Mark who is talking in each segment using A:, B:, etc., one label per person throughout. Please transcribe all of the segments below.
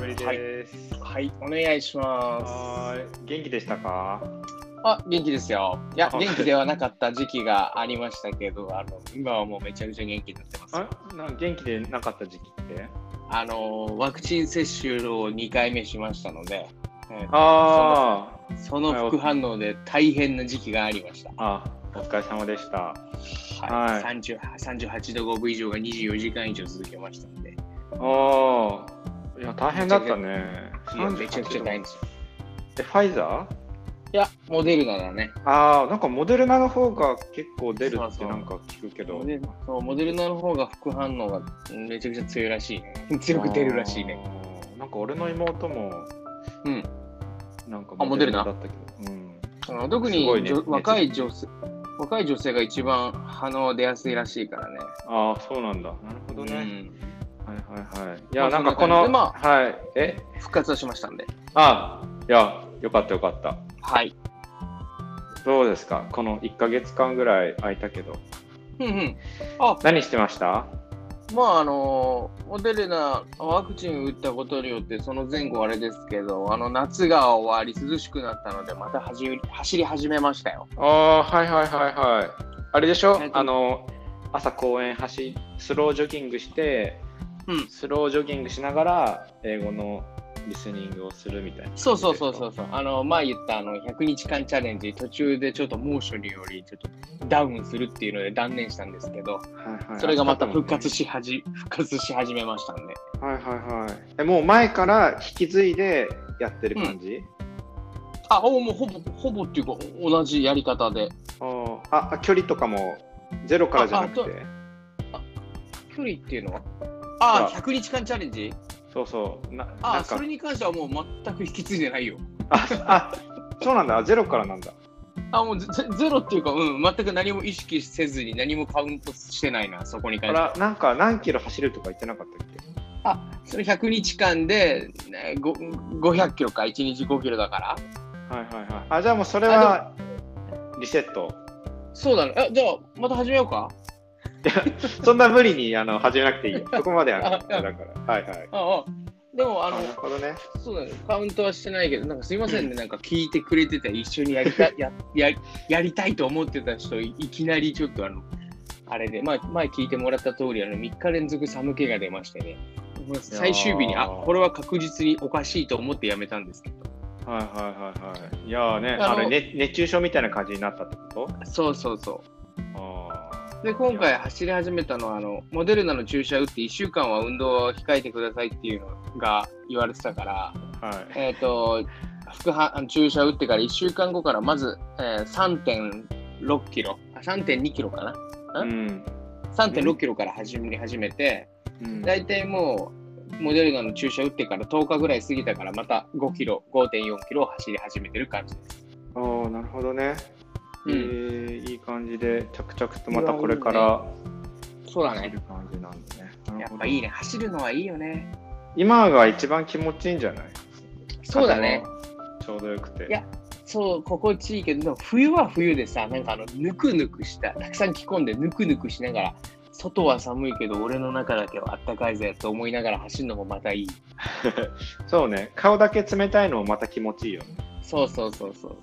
A: です。
B: はい、お願いしま
A: はい。元気でしたか
B: す。あ、元気ですよ。いや、
A: あ
B: 元気ではなかった時期がありましたけど、あの今はもうめちゃめちゃ元気になってますよ。
A: あな元気でなかった時期って
B: あのワクチン接種を2回目しましたので、えー
A: あ
B: その副反応で大変な時期がありました。
A: あ。あ、お疲れ様でした。
B: はい、
A: は
B: 30 38度5分以上が24時間以上続けましたので、
A: ああ。いや、大変だったね。
B: いやめちゃくちゃ大変
A: え、
B: ですよ。
A: ファイザ
B: いや、モデルナだね。
A: ーああ、なんかモデルナの方が結構出る
B: そう
A: って
B: そう
A: なんか聞くけど。
B: モデルそうモデルナの方が副反応がめちゃくちゃ強いらしいね。強く出るらしいね。
A: あー。なんか俺の妹も、
B: うん。
A: なんか
B: あモデルナ
A: だったけど。うん。
B: あの特
A: す
B: に
A: ごいね
B: じょ
A: 熱
B: 若い女性若い女性が一番鼻を出やすいらしいからね。
A: ああ、そうなんだ。なるほどね。
B: うん
A: はいはいはい。い
B: ま
A: や、
B: あ
A: なんかこの、
B: そんな感
A: はい。え
B: 復活をしましたんで。
A: あいや、よかったよかった。
B: はい。
A: どうですかこの1ヶ月間ぐらい空いたけど。
B: うんうん。あ、
A: 何してました
B: まああのモデルナワクチン打ったことによってその前後あれですけどあの夏が終わり涼しくなったのでまた走り走り始めましたよ
A: ああ、はいはいはいはい。あれでしょ
B: えっと
A: あの、朝公園走、スロージョギングして、
B: うん
A: スロージョギングしながら、英語のリスニングをするみたいな。
B: そうそうそうそうそうあの前言ったあの100日間チャレンジ途中でちょっと猛暑によりちょっとダウンするっていうので断念したんですけど
A: はいはい
B: それがまた復活。し始復活し始めましたんで
A: はいはいはい。え、もう前から引き継いでやってる感じ、
B: あおもうほぼほぼっていうかお同じやり方で
A: あーああ、距離とかもゼロからじゃなく
B: ああ
A: て。
B: 距離っていうのはああ
A: あ
B: 100日間チャレンジ
A: そうそう。な
B: あ
A: な
B: あ
A: んか
B: それに関してはもう全く引き継いでないよ
A: あ あそうなんだ。あゼロからなんだ。
B: あもうゼゼロっていうか、うん、全く何も意識せずに何もカウントしてないな、そこに
A: あ
B: 関しては。
A: ら、なんか何キロ走るとか言ってなかったっけ
B: それ100日間で、ね、ご500キロか、1日5キロだから。
A: はいはいはい。あ、じゃあもうそれはリセット。
B: そうだね。あじゃあ、また始めようか。
A: そんな無理にあの始めなくていいよ。そこまであ
B: あ
A: の
B: あ
A: だから。はいはい。
B: ああでも、あ
A: あ
B: の
A: な、るほどね。
B: そうだね。カウントはしてないけど、なんかすいませんね。なんか聞いてくれてた、一緒にやりたい、 や、や、やりたいと思ってた人、いいきなりちょっとあの、あれで、まあ、前聞いてもらった通り、あの、3日連続寒気が出ましてね。最終日に、あ、これは確実におかしいと思ってやめたんですけど。
A: はいはいはいはい。いやーね、
B: あ
A: あ
B: の
A: れ、ね、熱中症みたいな感じになったってこと
B: そうそうそ
A: あ
B: う。で、今回走り始めたのは、あの、モデルナの注射打って1週間は運動を控えてくださいっていうのが言われてたから、
A: あ。はい。
B: えっ、と、副反あの注射打ってから1週間後から、まず、えー3.6キロ、あ3.2キロかな
A: うん。
B: 3.6キロから始め始めて、
A: うん
B: 大体もう、モデルナの注射打ってから10日ぐらい過ぎたから、また5キロ、5.4キロを走り始めてる感じです。
A: ああ、なるほどね。
B: うん
A: えーいい感じで着々とまたこれから
B: そうだ
A: 走
B: ね。
A: る感じなんでね。
B: やっ
A: なるほ
B: ぱ
A: ど
B: いいね。走るのはいいよね。
A: 今が一番気持ちいいんじゃない
B: そうだね。
A: 風もちょうどよくて。
B: いやそう、心地いいけど、でも冬は冬でさ、なんかあの、ぬくぬくした、たくさん着込んでぬくぬくしながら、外は寒いけど、俺の中だけはあったかいぜと思いながら走るのもまたいい。
A: そうね。顔だけ冷たいのもまた気持ちいいよね。
B: そうそうそうそう。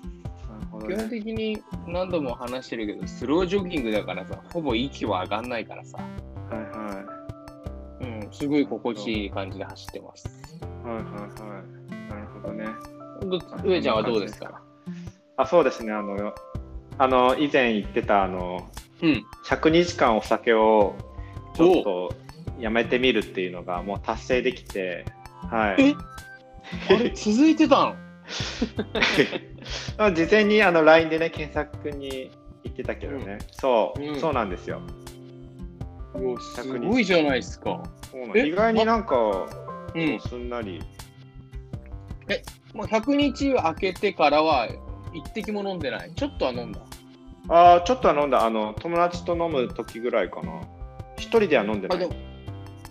A: なるほど
B: 基本
A: ね。
B: 的に何度も話してるけど、スロージョギングだからさ、ほぼ息は上がんないからさ、
A: はいは
B: うん、すごい心地いい感じで走ってます。
A: い。はいはいはい。なるほどね。
B: ど上ちゃんはどうですか
A: あ、そうですね。あの、あの以前言ってた、あの、
B: うん。
A: 100日間お酒をちょっとやめてみるっていうのがもう達成できて、はい。
B: えあれ、続いてたの
A: まあ事前にあの LINE でね検索に行ってたけどね、そう、
B: うん
A: そうなんですよ
B: うわすごいじゃないですか。
A: そうなの
B: え
A: 意外になんか、
B: う
A: も
B: ん
A: う。すんなり
B: もう100日明けてからは一滴も飲んでない。ちょっとは飲んだ。
A: ああちょっとは飲んだあの友達と飲む時ぐらいかな一人では飲んで
B: あ、
A: な
B: で
A: い
B: も、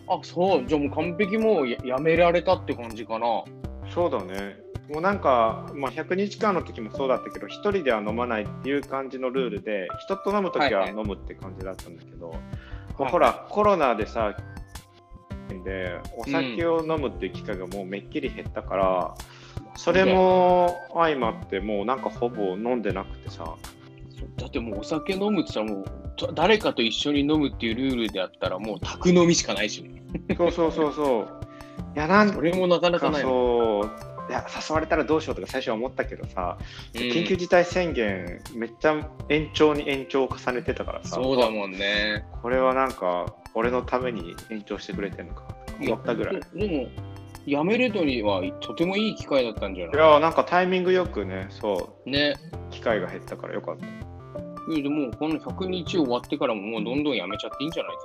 B: あ、そう。じゃあもう完璧もうややめられたって感じかな。
A: そうだねもうなんか、まあ、100日間の時もそうだったけど一人では飲まないっていう感じのルールで人と飲む時
B: はい
A: は
B: はい
A: 飲むって感じだったんだけど、もう
B: はい
A: ほらコロナでさんでお酒を飲むっていう機会がもうめっきり減ったから、それも相まってもうなんかほぼ飲んでなくてさ
B: だってもうお酒飲むって言ったらもうと誰かと一緒に飲むっていうルールであったらもう宅飲みしかないし、ね、
A: そうそうそうそういやなん
B: それもなかなか
A: か
B: ないも
A: そ
B: ん
A: ういや誘われたらどうしようとか最初は思ったけどさ、
B: うん
A: 緊急事態宣言めっちゃ延長に延長を重ねてたからさ
B: そうだもんね
A: これはなんか俺のために延長してくれてんのかとか思ったぐらい。
B: ででもやめるのにはとてもいい機会だったんじゃ
A: い
B: ない
A: やなんかタイミングよくねそ
B: ね
A: う機会が減ったからよかった
B: でもうこの100日終わってからももうどんどんやめちゃっていいんじゃない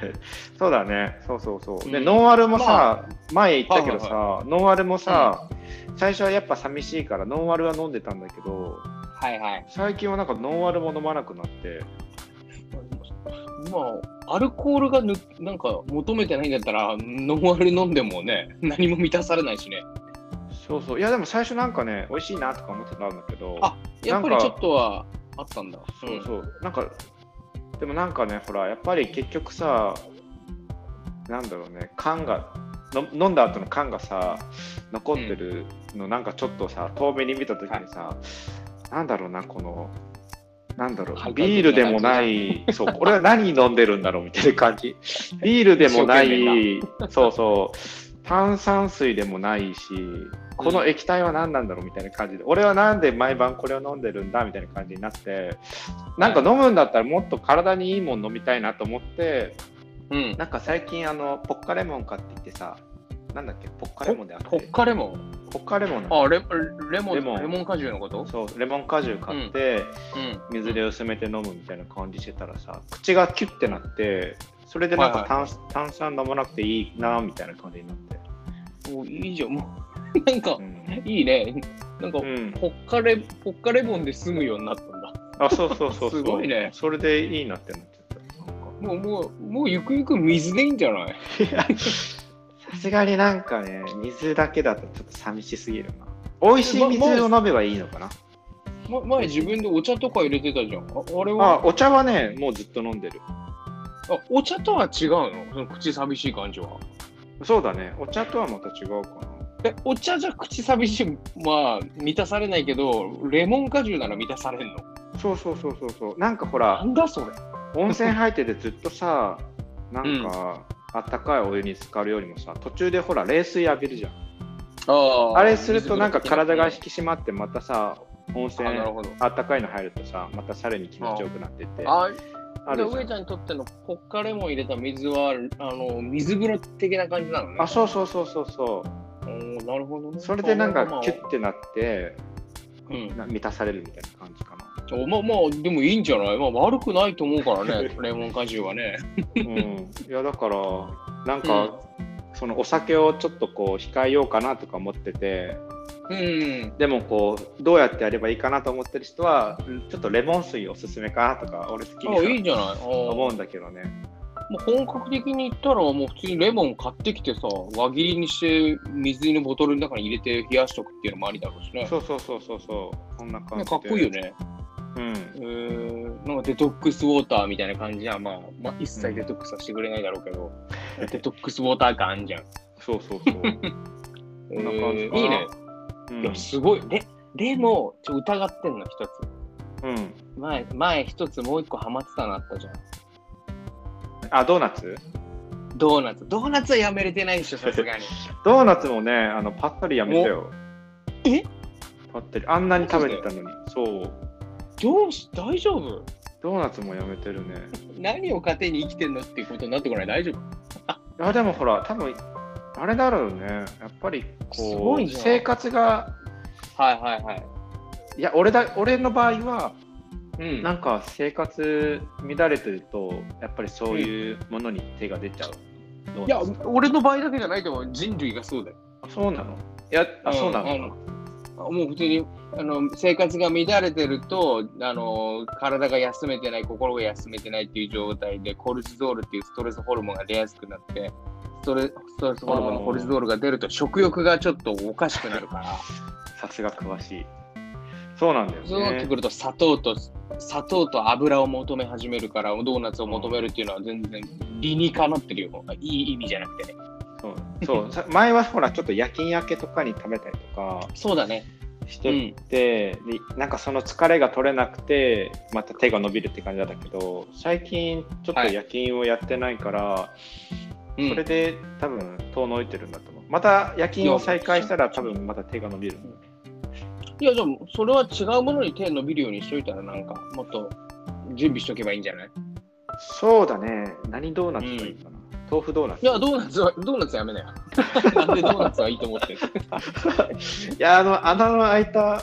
B: ですかね
A: そうだねそうそうそう、
B: う
A: で
B: ん
A: ノンアルもさ、前言ったけどさ、
B: は
A: ノンアルもさ、最初はやっぱ寂しいからノンアルは飲んでたんだけど
B: はいはい
A: 最近はなんかノンアルも飲まなくなって
B: まあアルコールがぬなんか求めてないんだったらノンアル飲んでもね何も満たされないしね
A: そうそういやでも最初なんかね美味しいなとか思ってたんだけど
B: あやっぱ
A: な
B: り
A: ん
B: ち
A: か
B: ょっとはあったんだ
A: そうそうなんかでもなんかねほらやっぱり結局さなんだろうね缶がの飲んだ後の缶がさ残ってるの、なんかちょっとさ遠目に見た時にさ、なんだろうなこのなんだろ
B: はいは
A: う
B: い
A: ビールでもないそう俺は何飲んでるんだろうみたいな感じビールでもな
B: 一
A: いそうそう炭酸水でもないしこの液体は何なんだろうみたいな感じで、俺はなんで毎晩これを飲んでるんだみたいな感じになってなんか飲むんだったらもっと体にいいもん飲みたいなと思って
B: うん、うん、
A: なんか最近あのポッカレモン買ってきてさなんだっけポッカレモンであって
B: ポッカレモン
A: ポッカレモンなんだ
B: あレレモン
A: レ
B: レ
A: モ
B: モ
A: ン
B: ン果汁のこと
A: そうレモン果汁買って、
B: うん
A: 水で薄めて飲むみたいな感じしてたらさ口がキュッてなってそれでなんか
B: はい
A: 炭,、炭酸飲まなくていいなみたいな感じになって、
B: もういいじゃんもう なんか
A: うん
B: いいねなんか、
A: うん
B: ポッカレポッカレモンで済むようになったんだ
A: あそうそうそうそう
B: すごいね
A: それでいいなってなっちゃったなんか
B: もうもうもうゆくゆく水でいいんじゃない
A: さすがになんかね、水だけだとちょっと寂しすぎるな。美味しい水を飲めばいいのかな。
B: ま、前自分でお茶とか入れてたじゃん。ああれ
A: あ
B: は、
A: お茶はね、もうずっと飲んでる。
B: あお茶とは違うのその口寂しい感じは。
A: そうだね、お茶とはまた違うか
B: え、お茶じゃ口寂しい、まあ、満たされないけど、レモン果汁なら満たされんの。
A: な。そうそうそうそうそう。なんかほ
B: な
A: ら、
B: んだそれ。
A: 温泉入っててずっとさ、なんか、あったかいお湯に浸かるよりもさ、途中でほら、冷水浴びるじゃん。
B: あ
A: あれするとなんか体が引き締まって、またさ、温
B: あ、
A: 泉
B: なるほど。
A: あったかいの入るとさ、またさらに気持ちよくなってて。
B: あ、
A: あ
B: で
A: るじゃ
B: 上
A: ん
B: ちゃんにとってのポッカレモン入れた水は、あの、水風呂的な感じなのね。
A: あ、そうそうそうそうそう。
B: おーなるほどね。
A: それでなん
B: まあま
A: か
B: あ
A: キュッてなって、
B: うん。
A: な満たされるみたいな感じか な。
B: おまあまあ、でもいいんじゃないまあ悪くないと思うからね、レモン果汁はね。
A: うん、いやだからなんか、そのお酒をちょっとこう控えようかなとか思ってて
B: うん。
A: でもこうどうやってやればいいかなと思ってる人はうんちょっとレモン水おすすめかなとか俺好き
B: あ、いいん
A: に
B: じゃないあー
A: 思うんだけどね
B: もう本格的に言ったら、もう普通にレモン買ってきてさ、輪切りにして、水のボトルの中に入れて冷やしとくっていうのもありだろうしね。
A: そうそうそうそうそうこんな感
B: ね
A: じで
B: かっこいいよ、ね。
A: うん、
B: えー、なんかデトックスウォーターみたいな感じじゃん。まあ、まあ、一切デトックスはしてくれないだろうけど、デトックスウォーター感あんじゃん。
A: そうそうそうこんな感
B: え
A: じかな、
B: ー いいね。
A: うん
B: いや、すごい。で、でも、ちょ疑ってんの、一つ。
A: うん
B: 前、前一つもう一個ハマってたのあったじゃん。
A: あドーナツ
B: ドーナツ。ドーナツはやめれてないでしょ、さす がに。
A: ドーナツもねあのパッタリやめたよ
B: え
A: パッタリあんなに食べてたのにそう
B: どうし、大丈夫
A: ドーナツもやめてるね
B: 何を糧に生きてんのっていうことになってこない大丈夫
A: あでもほら多分あれだろうねやっぱり
B: す
A: こ
B: ご
A: う
B: いじゃん
A: 生活が
B: はいはいはい。
A: いや俺だ俺の場合は
B: うん
A: なんか生活乱れてるとやっぱりそういうものに手が出ちゃう、どう
B: いや、俺の場合だけじゃないと思う。人類がそうだよ。
A: あそうなのいやあ、
B: ん
A: そうなの
B: あのあもう普通にあの生活が乱れてるとあの体が休めてない心が休めてないっていう状態でコルチゾールっていうストレスホルモンが出やすくなってストレストレスホルモンのコルチゾールが出ると食欲がちょっとおかしくなるから
A: さすが詳しいそうなんだよね。
B: そうなってくると砂糖と砂糖と油を求め始めるからドーナツを求めるっていうのは全然理にかなってるよいい意味じゃなくてね
A: そうそうさ前はほらちょっと夜勤明けとかに食べたりとか
B: そうだね
A: してて、でなんかその疲れが取れなくてまた手が伸びるって感じなんだけど最近ちょっと
B: はい
A: 夜勤をやってないから、
B: うん
A: それで多分遠のいてるんだと思うまた夜勤を再開したら多分また手が伸びる
B: いやでもそれは違うものに手伸びるようにしといたらなんかもっと準備しとけばいいんじゃない
A: そうだね何ドーナツがいいかな、豆腐ドーナツ
B: いやドーナツはドーナツや めなよなんでドーナツはいいと思ってる
A: いやあの穴の開いた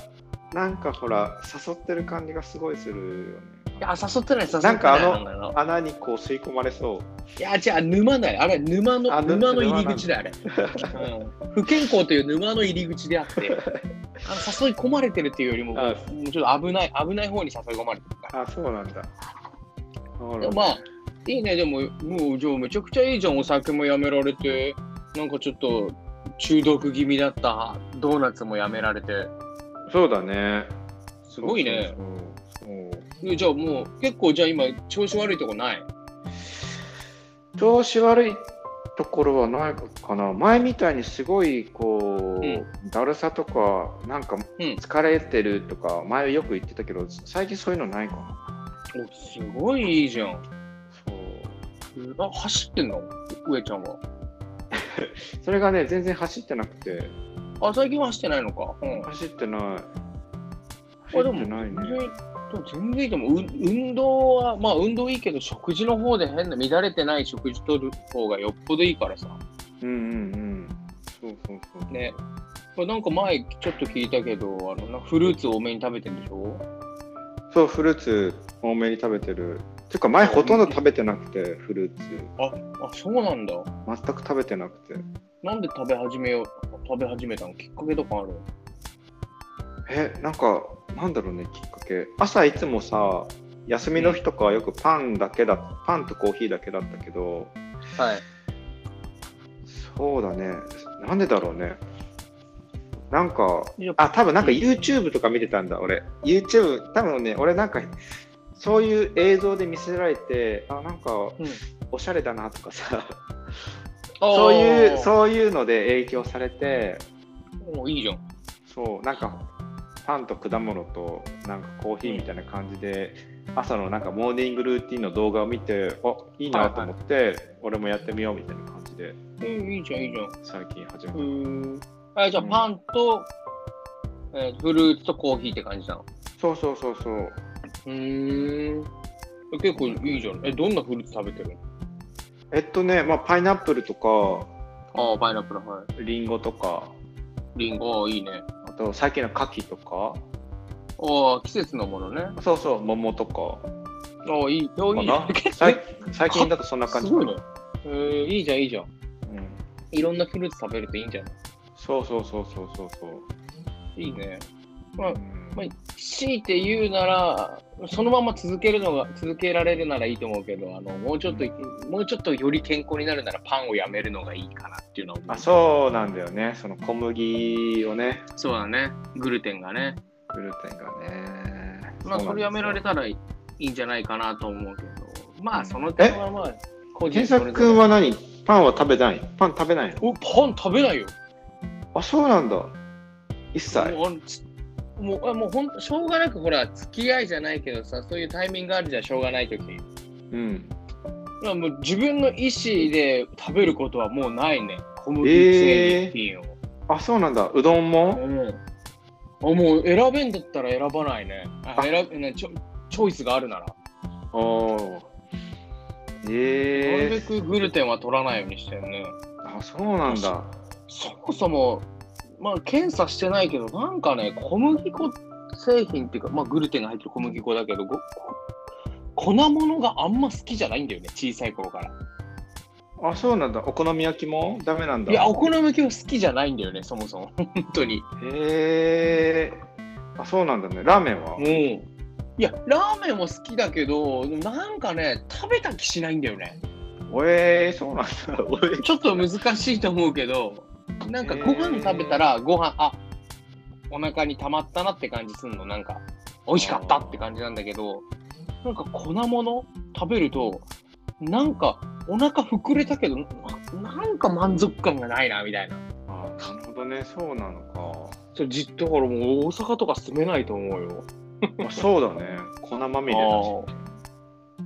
A: なんかほら誘ってる感じがすごいするよね
B: いや誘ってない誘ってない
A: なんかあの
B: なんだろう
A: 穴にこう吸い込まれそう
B: いやじゃあ沼ないあれ沼の
A: あぬ
B: 沼の入り口だあれ、うん、不健康という沼の入り口であってあの誘い込まれてるっていうよりも
A: あ
B: もうちょっと危ない危ない方に誘い込まれてるから
A: あそうなんだなる
B: で
A: ほ
B: も
A: ど
B: まあいいねでももうじゃあめちゃくちゃいいじゃんお酒もやめられてなんかちょっと中毒気味だったドーナツもやめられて
A: そうだね
B: すごいね
A: そうそうそう
B: えじゃあもう結構じゃあ今調子悪いとこない
A: 調子悪いところはないかな前みたいにすごいこう、
B: う
A: だるさとかなんか
B: うん
A: 疲れてるとか前はよく言ってたけど最近そういうのないかな
B: おすごいいいじゃん
A: そう
B: あ走ってんの上ちゃんは
A: それがね全然走ってなくて
B: あ最近は走ってないのかうん
A: 走ってない走
B: あ
A: っ
B: で
A: て
B: も
A: ない
B: 全然
A: ね
B: でも全然いいと思う。う運動は、まあ運動いいけど、食事の方で変な乱れてない食事とる方がよっぽどいいからさ。
A: うんうんうんそうそうそう
B: ね。これなんか前ちょっと聞いたけど、あのなんかフルーツ多めに食べてんでしょ
A: そうフルーツ多めに食べてるていうか前ほとんど食べてなくてフルーツ
B: あ、そうなんだ。
A: 全く食べてなくて
B: なんで食べ始めよう、食べ始めたのきっかけとかある
A: えなんかなんだろうねきっかけ朝いつもさ休みの日とかはよくパンだけだパンとコーヒーだけだったけど
B: はい。
A: そうだねなんでだろうねなんか
B: いや
A: あ多分なんか YouTube とか見てたんだ俺 YouTube 多分ね俺なんかそういう映像で見せられてあなんか
B: うん
A: おしゃれだなとかさ、そういうそういうので影響されて
B: う。おいいじゃん。
A: そうなんかパンと果物となんかコーヒーみたいな感じで、朝のなんかモーニングルーティンの動画を見てあいいなと思って、俺もやってみようみたいな感じで
B: うん、いいじゃん、いいじゃん。
A: 最近始め
B: う
A: た、
B: ーん。あ、じゃあ
A: うん
B: パンと、えーフルーツとコーヒーって感じなの
A: そうそうそうそう
B: うーん。結構いいじゃん。え、どんなフルーツ食べてる
A: えっとねまあパイナップルとか
B: のああ、パイナップル、はい。
A: リンゴとか
B: リンゴ、ああいいね。
A: あと最近の牡蠣とか
B: ああ、季節のものね。あ
A: そうそう桃とか
B: あ、いい。ああ
A: か
B: いい
A: な
B: ね。
A: 最最近だとそんな感
B: す
A: じ
B: ごいね。えー、いいじゃん、いいじゃん。
A: うん、
B: いろんなフルーツ食べるといいんじゃない
A: そうそうそうそうそうそう、
B: いいね。まあ
A: う、ん
B: まあ強いて言うなら、そのまま続けるのが、続けられるならいいと思うけど、あの、もうちょっと、もうちょっとより健康になるならパンをやめるのがいいかなっていうのは思う。
A: あそうなんだよねその小麦をね
B: そうだね。グルテンがね。
A: グルテンがね。
B: まあ、
A: うなんですよ
B: それやめられたらいいんじゃないかなと思うけど、ま
A: う
B: あ、
A: ん
B: その点はまあ、個
A: 健
B: 人そ
A: 作
B: れぞれ
A: 君は何パンは食べないパン食べないの
B: お、パン食べないよ。
A: あ、そうなんだ。一切。
B: もうあのつもう、あもうほんと、しょうがなく、ほら、付き合いじゃないけどさ、そういうタイミングあるじゃん、しょうがないとき。
A: うん。
B: まあもう自分の意思で食べることはもうないね。小麦
A: え
B: 製
A: ー
B: 品を。
A: あ、そうなんだ。うどんも
B: うんあ、もう選べんだったら選ばないね。あ
A: あ
B: 選べねちょチョイスがあるなら、
A: おおー。
B: なる
A: え
B: べくグルテンは取らないようにしてるね。
A: ー、あ、そうなんだ。
B: そもそも、まあ、検査してないけど、なんかね、小麦粉製品っていうか、まあ、グルテンが入ってる小麦粉だけど、ご粉物があんま好きじゃないんだよね、小さい頃から。
A: あ、そうなんだ。お好み焼きもダメなんだ。
B: いや、お好み焼きは好きじゃないんだよね、そもそも。本当に。
A: えー。あ、そうなんだね。ラーメンは
B: もう。いや、ラーメンも好きだけど、なんかね、食べた気しないんだよね。
A: おえー、 そうなんだ。おえー
B: ちょっと難しいと思うけど、なんかご飯食べたら、ご飯、あ、お腹に溜まったなって感じすんの、なんか、美味しかったって感じなんだけど、なんか粉物食べると、なんかお腹膨れたけど、ななんか満足感がないな、みたいな。
A: あーなるほどね、そうなのか。
B: そうじだからもう大阪とか住めないと思うよ。
A: まあ、そうだね、粉まみれだし。
B: そ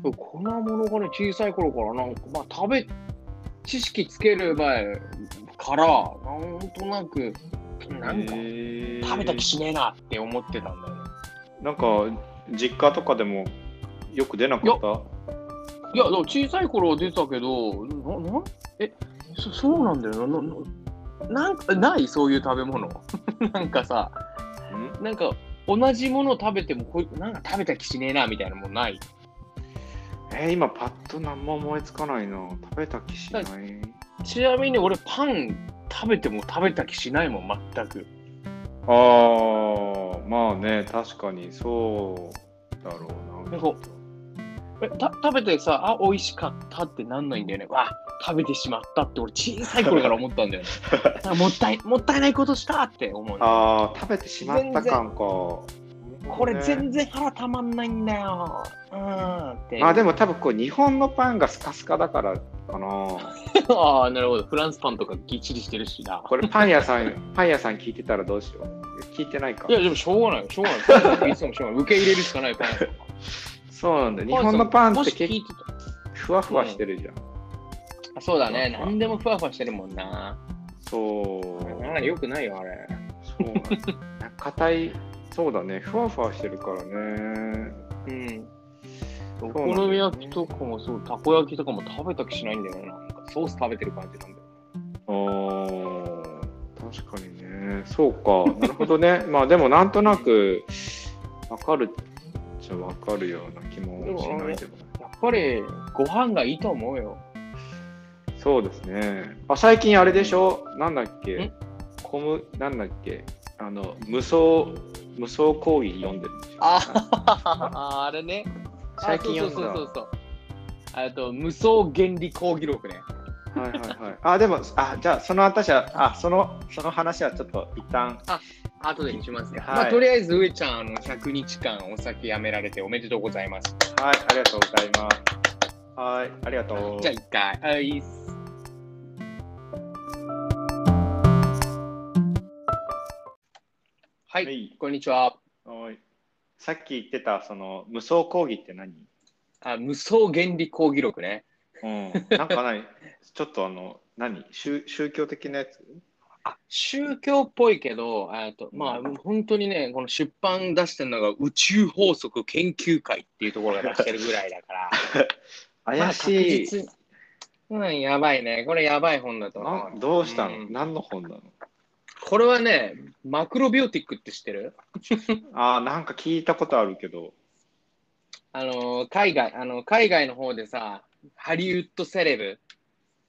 B: う粉物がね、小さい頃からなんか、まあ食べ、知識つける前から、なんとなく、なんか、
A: へー
B: 食べた気しねえなって思ってたんだよね。
A: なんか実家とかでもよく出なかった
B: いや、でも小さい頃は出てたけど、な、な、え、そそうなんだよな、な、ななんか、ないそういう食べ物。 なんかさ、
A: ん
B: なんか、同じもの食べてもこい、なんか食べた気しねえな、みたいなもんない。
A: えー今パッと何も思いつかないな食べた気しない
B: ちなみに俺、パン食べても食べた気しないもん、全く。
A: あーまあね確かにそうだろうな
B: なんかえた食べてさ、あ、美味しかったってなんないんだよね。わ、食べてしまったって俺、小さい頃から思ったんだ よね。なんかもったい、もったいないことしたって思う。
A: あー食べてしまった感か
B: これ
A: ね
B: 全然腹たまんないんだよ。うーんって。
A: まあでも多分こう日本のパンがスカスカだからか な
B: も。 ああ、なるほど。フランスパンとかぎっちりしてるしな。
A: これパン屋さんパン屋さん聞いてたらどうしよう聞いてないか
B: いや、でもしょうがないよ。しょうがない。いつもしょうがない。受け入れる しかないパン。
A: そうなんだ日本のパンっ
B: もして聞
A: 結構
B: いてた
A: ふわふわしてるじゃん、
B: あそうだね。
A: ふわふわ
B: 何でもふわふわしてるもんな。
A: そう
B: なんかよくないよ、あれ。
A: そうなんだ硬い、そうだね、ふわふわしてるからね。
B: うん。
A: お
B: お好み焼きとかもそう、たこ焼きとかも食べた気しないんだよな。なんかソース食べてる感じなんだよ。
A: あー確かにね、そうか、なるほどね。 まあでも、なんとなく、わかるっちゃわかるような気もしないでもない。
B: やっぱりご飯がいいと思うよ。
A: そうですね。あ最近あれでしょ、なんだっけ
B: ん、
A: コム、なんだっけ、あの、無双、無双講義読んでるんでしょ。
B: ああれね。
A: 最近読んだ
B: あそうそうそうそう。あと、無双原理講義録ね。
A: はいはいはい。あ、でも、あ、じゃあ、その私は、あ、その、その話はちょっと一旦
B: 後でにしますね。
A: はい
B: まあ、とりあえず、上ちゃん、あの100日間お酒やめられておめでとうございます。
A: はい、ありがとうございます。はい、ありがとう。
B: じゃあ、一回。あいいっすはい、
A: はい
B: こんにちは。
A: はいさっき言ってた、その、無双講義って何
B: あ無双原理講義録ね。
A: うん。なんかない、ちょっとあの、何宗宗教的なやつ
B: あ宗教っぽいけど、えーとまあ、本当にね、この出版出してるのが宇宙法則研究会っていうところが出してるぐらいだから、
A: 怪しい。
B: まあ確実にうん、やばいね。これやばい本だと思
A: な
B: う。
A: どうしたの、
B: うん
A: 何の本なの
B: これはね、マクロビオティックって知ってる
A: ああ、なんか聞いたことあるけど。
B: あのー海外あの海外の方でさ、ハリウッドセレブ、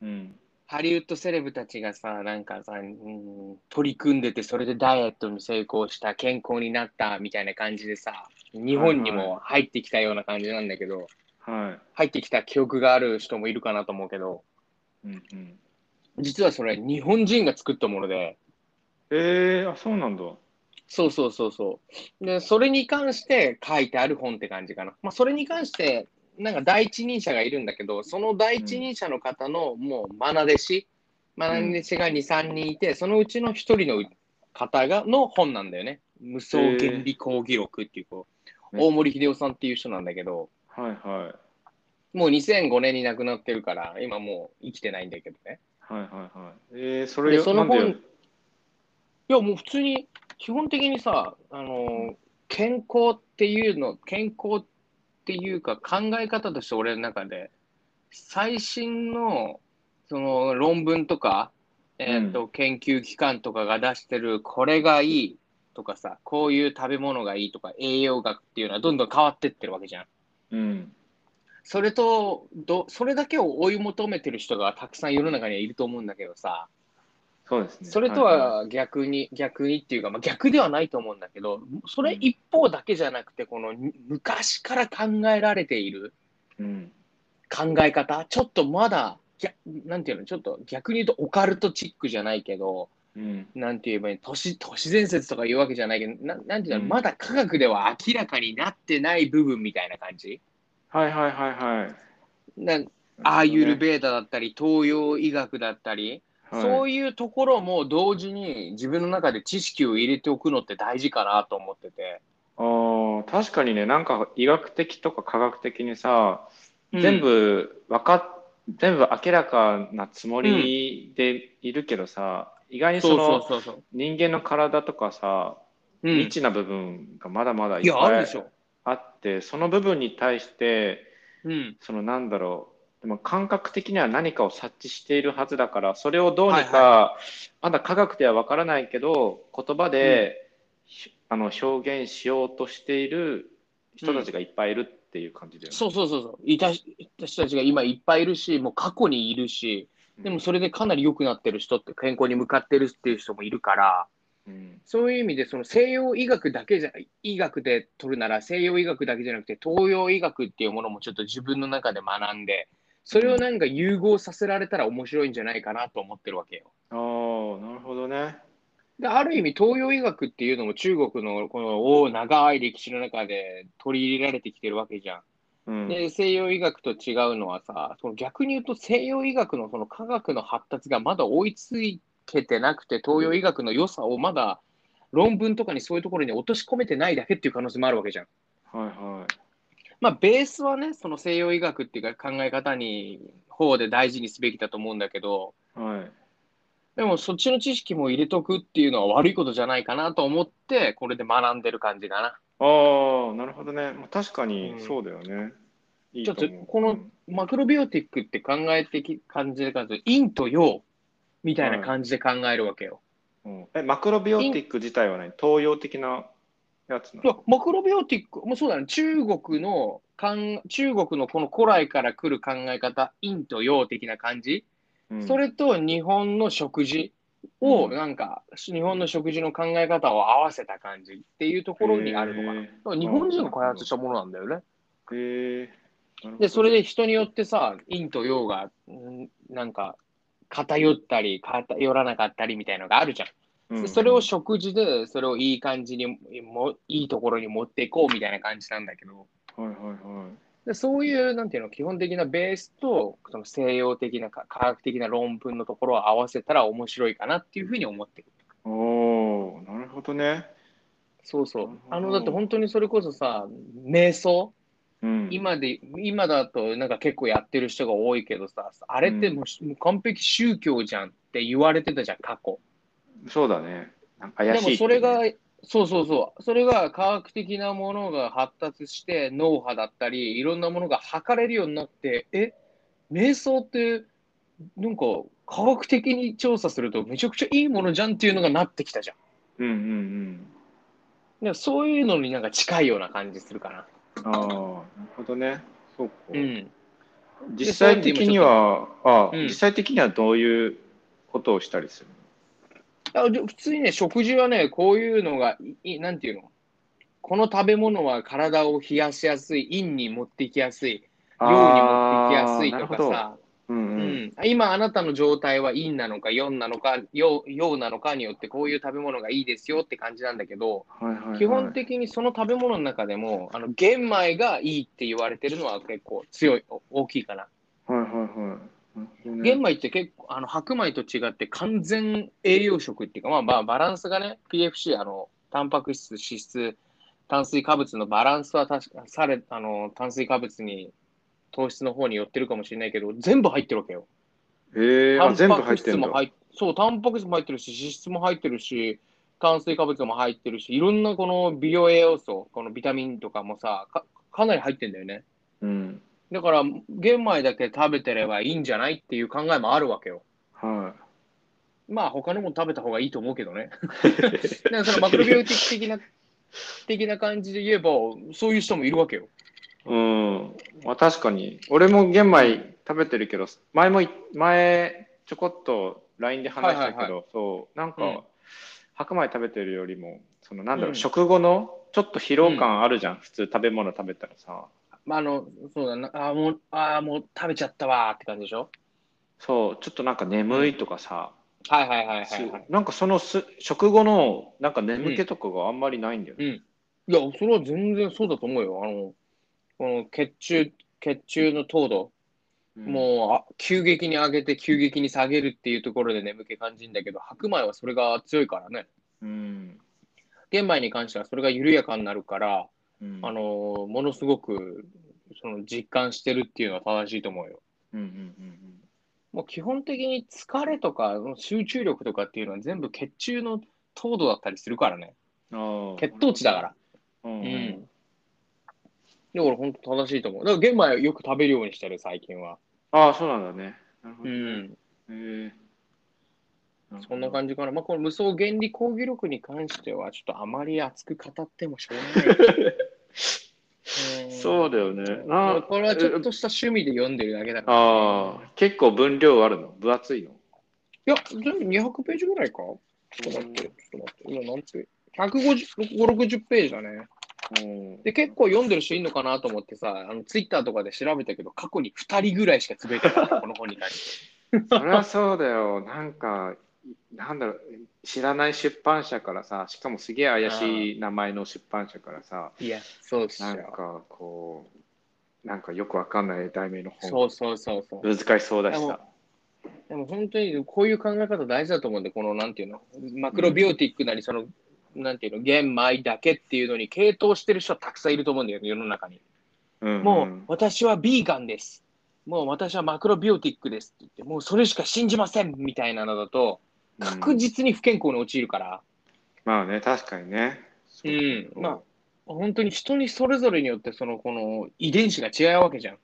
A: うん。
B: ハリウッドセレブたちがさ、なんかさ、うん、取り組んでて、それでダイエットに成功した、健康になったみたいな感じでさ、日本にも入ってきたような感じなんだけど、
A: は
B: 入ってきた記憶がある人もいるかなと思うけど、
A: い。うんうん。
B: 実はそれ、日本人が作ったもので、
A: えー、あ、そうなんだ。
B: そうそうそうそう。で、それに関して書いてある本って感じかな。まあ、それに関して、なんか第一人者がいるんだけど、その第一人者の方のもう、まな弟子、まな弟子が2、3人いて、そのうちの1人の方がの本なんだよね。無双原理講義録っていう、こう
A: へー
B: 大森秀夫さんっていう人なんだけど、
A: はいはい。
B: もう2005年に亡くなってるから、今もう生きてないんだけどね。
A: はいはいはい。えー、それ
B: でその本
A: なんで
B: いや、もう普通に、基本的にさ、あのー健康っていうの、健康っていうか、考え方として俺の中で、最新のその論文とか、えーと研究機関とかが出してる、これがいいとかさ、こういう食べ物がいいとか、栄養学っていうのはどんどん変わってってるわけじゃん。
A: うん。
B: それとど、それだけを追い求めてる人がたくさん世の中にはいると思うんだけどさ、
A: そうですね。
B: それとは逆に、逆にっていうか、まあ、逆ではないと思うんだけど、それ一方だけじゃなくて、このに昔から考えられている
A: い、うん。
B: 考え方、ちょっとまだ、ぎゃなんていうの、ちょっと逆に言うとオカルトチックじゃないけど、
A: うん。
B: なんて言えばいい都市都市伝説とか言うわけじゃないけど、ななんていうの、
A: うん
B: まだ科学では明らかになってない部分みたいな感じ
A: はいはいはいはい。
B: なアーユル
A: ベ、
B: ベーダだったり、東洋医学だったり、
A: はい、
B: そういうところも同時に自分の中で知識を入れておくのって大事かなと思ってて。
A: ああ、確かにね、なんか医学的とか科学的にさ、
B: うん
A: 全部わかっ、全部明らかなつもりでいるけどさ、意外にそ
B: そう
A: の
B: そうそうそう。
A: 人間の体とかさ、
B: うん、
A: 未知な部分がまだまだいっ
B: いや、あ
A: ぱ
B: る
A: い
B: でしょ。
A: あって、その部分に対して、
B: うん。
A: そのなんだろう、でも感覚的には何かを察知しているはずだから、それをどうに
B: は
A: か、まだ科学ではわからないけど、言葉で、ひあの表現しようとしている人たちがいっぱいいるっていう感じだよね。
B: そうそうそうそう。いたしいた人たちが今いっぱいいるし、もう過去にいるし、
A: うん
B: でもそれでかなり良くなってる人って健康に向かってるっていう人もいるから、
A: うん
B: そういう意味でその西洋医学だけじゃ医学で取るなら西洋医学だけじゃなくて東洋医学っていうものもちょっと自分の中で学んでそれをなんか融合させられたら面白いんじゃないかなと思ってるわけよ。
A: ああ、なるほどね。
B: である意味東洋医学っていうのも中国のこのおー長い歴史の中で取り入れられてきてるわけじゃん。
A: うん。
B: で西洋医学と違うのはさその逆に言うと西洋医学のその科学の発達がまだ追いつけてなくて東洋医学の良さをまだ論文とかにそういうところに落とし込めてないだけっていう可能性もあるわけじゃん。
A: はいは
B: まあベースはねその西洋医学っていうか考え方に方で大事にすべきだと思うんだけど
A: い。はい。
B: でもそっちの知識も入れとくっていうのは悪いことじゃないかなと思ってこれで学んでる感じかな。
A: ああ、なるほどね。まあ、確か
B: う
A: に
B: ん
A: そうだよね。いい
B: ちょっ
A: と
B: と
A: 思う。
B: こ
A: う
B: の
A: ん
B: マクロビオティックって考えてき感じで感じる陰と陽みたいな感じで考えるわけよ。
A: うんえ、マクロビオティック自体はね、東洋的なやつない
B: やマクロビオティックもうそうだね中国のかん中国のこの古来から来る考え方陰と陽的な感じ、
A: の。
B: それと日本の食事を
A: うん
B: なんか、日本の食事の考え方を合わせた感じっていうところにあるのかな。だ
A: な
B: から日本人が開発したものなんだよね。
A: へえなるほど
B: で、それで人によってさ、陰と陽が、うんなんか、偏ったり、偏らなかったりみたいのがあるじゃん。
A: うん
B: でそれを食事で、それをいい感じにも、いいところに持っていこうみたいな感じなんだけど、
A: はいはいはい
B: でそういう、なんていうの、基本的なベースと、その西洋的なか科学的な論文のところを合わせたら面白いかなっていうふうに思ってる。
A: おおなるほどね、
B: そうそ
A: な
B: う
A: る。ほど
B: あの、だって本当にそれこそさ、瞑想
A: うん、
B: 今で今だとなんか結構やってる人が多いけどさあれってもう,、もう完璧宗教じゃんって言われてたじゃん過去
A: そうだねなんか怪
B: で
A: しいっ
B: も
A: てい
B: そう
A: ね、
B: れがそうそうそうそれが科学的なものが発達して脳波だったりいろんなものが測れるようになってえ瞑想ってなんか科学的に調査するとめちゃくちゃいいものじゃんっていうのがなってきたじゃん
A: うんうん
B: でもそういうのになんか近いような感じするかな
A: うんああなるほどねそうか、
B: うん
A: 実際的にはあ、
B: うん
A: 実際的にはどういうことをしたりする
B: あで普通にね、食事はね、こういうのが、いいなんていうのこの食べ物は体を冷やしやすい、陰に持ってきやすい、陽に持ってきやすい
A: あーな
B: とか
A: るほど
B: さ、
A: うん
B: う
A: うん
B: ん、今あなたの状態は陰なのか陽なのか陽陽なのかによってこういう食べ物がいいですよって感じなんだけど、
A: はいはいはい、
B: 基本的にその食べ物の中でも、あの玄米がいいって言われてるのは結構強い、お大きいかな。
A: はいはいはいなるほどね
B: 玄米って結構あの白米と違って完全栄養食っていうか、まあ、まあバランスがね PFC あのタンパク質脂質炭水化物のバランスは確かされあの炭水化物に糖質の方に寄ってるかもしれないけど全部入ってるわけよ。
A: へえ
B: タ
A: あ
B: ン
A: 全部
B: パ
A: 入
B: ク
A: って
B: 質
A: ん
B: も
A: だ
B: 入っそうタンパク質も入ってるし脂質も入ってるし炭水化物も入ってるしいろんなこの美容栄養素このビタミンとかもさかかなり入ってんだよね。
A: うん
B: だから玄米だけ食べてればいいんじゃないっていう考えもあるわけよ。
A: は
B: まあ他のもの食べた方がいいと思うけ どね。なんかそのマクロビオティック的な的な感じで言えば、そういう人もいるわけよ。
A: いうんまあ確かに俺も玄米食べてるけど前もい前ちょこっと LINE で話したけど、
B: はいはい
A: そうなんか、
B: うん
A: 白米食べてるよりもそのなんだろう、
B: うん
A: 食後のちょっと疲労感あるじゃん、普通食べ物食べたらさ
B: まああの、そうだな、あーもう、あーもう食べちゃったわーって感じでしょ。
A: そうちょっとなんか眠いとかさ、
B: はいはいはいはい、はい。
A: なんかそのす食後のなんか眠気とかがあんまりないんだよね。
B: いや、それは全然そうだと思うよ。あの、この血中、血中の糖度、
A: うん
B: もうあ急激に上げて急激に下げるっていうところで眠気感じるんだけど、白米はそれが強いからね。
A: うん、
B: 玄米に関してはそれが緩やかになるから、
A: うん
B: あのーものすごくその実感してるっていうのは正しいと思うよ。
A: うんうんうん
B: もう基本的に疲れとか集中力とかっていうのは全部血中の糖度だったりするからね。
A: うん、あー
B: 血糖値だから。
A: うん
B: うん。だから本当正しいと思う。だから玄米はよく食べるようにしてる、最近は。
A: ああ、そうなんだね。なるほ
B: う
A: ど、ね。
B: ん。
A: へえ
B: そんな感じかな。まあ、この無双原理講義録に関しては、ちょっとあまり熱く語ってもしょうがない。 うん
A: そうだよね。
B: まあ
A: あ
B: これはちょっとした趣味で読んでるだけだから、
A: あー、結構分量あるの分厚いの
B: いや、全部200ページぐらいかちょっと待って、ちょっと待って。今何ページ ?150、60ページだね。
A: うん
B: で、結構読んでる人いるのかなと思ってさ、あのツイッターとかで調べたけど、過去に2人ぐらいしかつぶやいてなかった、この本に関して。
A: そりゃそうだよ。なんか、なんだろう、知らない出版社からさ、しかもすげえ怪しい名前の出版社からさ、
B: いや、そうっす
A: なん
B: よ。
A: かこう、なんかよくわかんない題名の
B: そ
A: 本、
B: うそうそうそう。
A: 難しそうだし
B: で
A: さ
B: も。でも本当にこういう考え方大事だと思うんで、このなんていうの、マクロビオティックなり、その、なんていうの、玄米だけっていうのに傾倒してる人はたくさんいると思うんだよね、世の中に。
A: うん
B: もう私はビーガンです。もう私はマクロビオティックですって言って、もうそれしか信じませんみたいなのだと、
A: うん
B: 確実に不健康に陥るから、
A: まあね、確かにね。
B: うんまあ本当に人にそれぞれによって、その、この遺伝子が違うわけじゃん。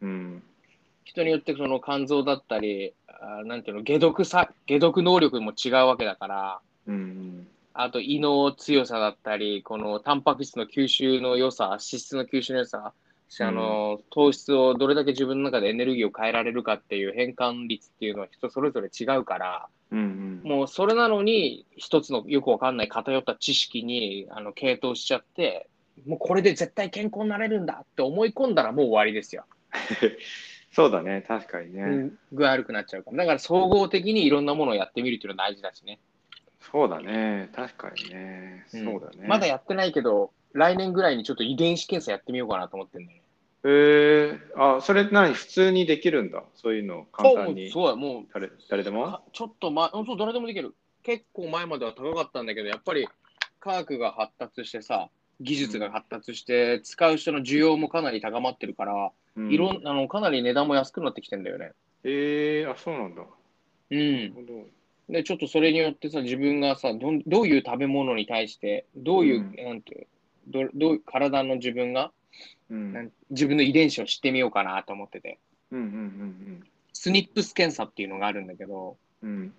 A: うん。
B: 人によってその肝臓だったり、あーなんていうの、解毒さ、解毒能力も違うわけだから、
A: うん。
B: あと胃の強さだったり、このタンパク質の吸収の良さ、脂質の吸収の良さ、あの糖質をどれだけ自分の中でエネルギーを変えられるかっていう変換率っていうのは人それぞれ違うから、
A: うんうん。
B: もうそれなのに、一つのよくわかんない偏った知識にあの傾倒しちゃって、もうこれで絶対健康になれるんだって思い込んだらもう終わりですよ。
A: そうだね、確かにね。
B: 具合悪くなっちゃうから。だから総合的にいろんなものをやってみるっていうのは大事だしね。
A: そうだね、確かにね。
B: うん
A: そうだね。
B: まだやってないけど、来年ぐらいにちょっと遺伝子検査やってみようかなと思ってんだよね。
A: えー、あ、それ何普通にできるんだ。そういうの簡単
B: あもう
A: に。
B: そうだ、もう
A: 誰誰でも
B: かちょっと前、うんそう、誰でもできる。結構前までは高かったんだけど、やっぱり科学が発達してさ、技術が発達して、使う人の需要もかなり高まってるから、いろ
A: うん
B: んあのかなり値段も安くなってきてんだよね。
A: えー、あ、そうなんだ。
B: うん。
A: なるほ
B: で、ちょっとそれによってさ、自分がさ、どんどういう食べ物に対して、どうい
A: う
B: う、
A: ん
B: なんていうどどう体の自分が、
A: どうん
B: なん自分の遺伝子を知ってみようかなと思ってて。
A: うんうん
B: スニップス検査っていうのがあるんだけど、
A: うんうん。うん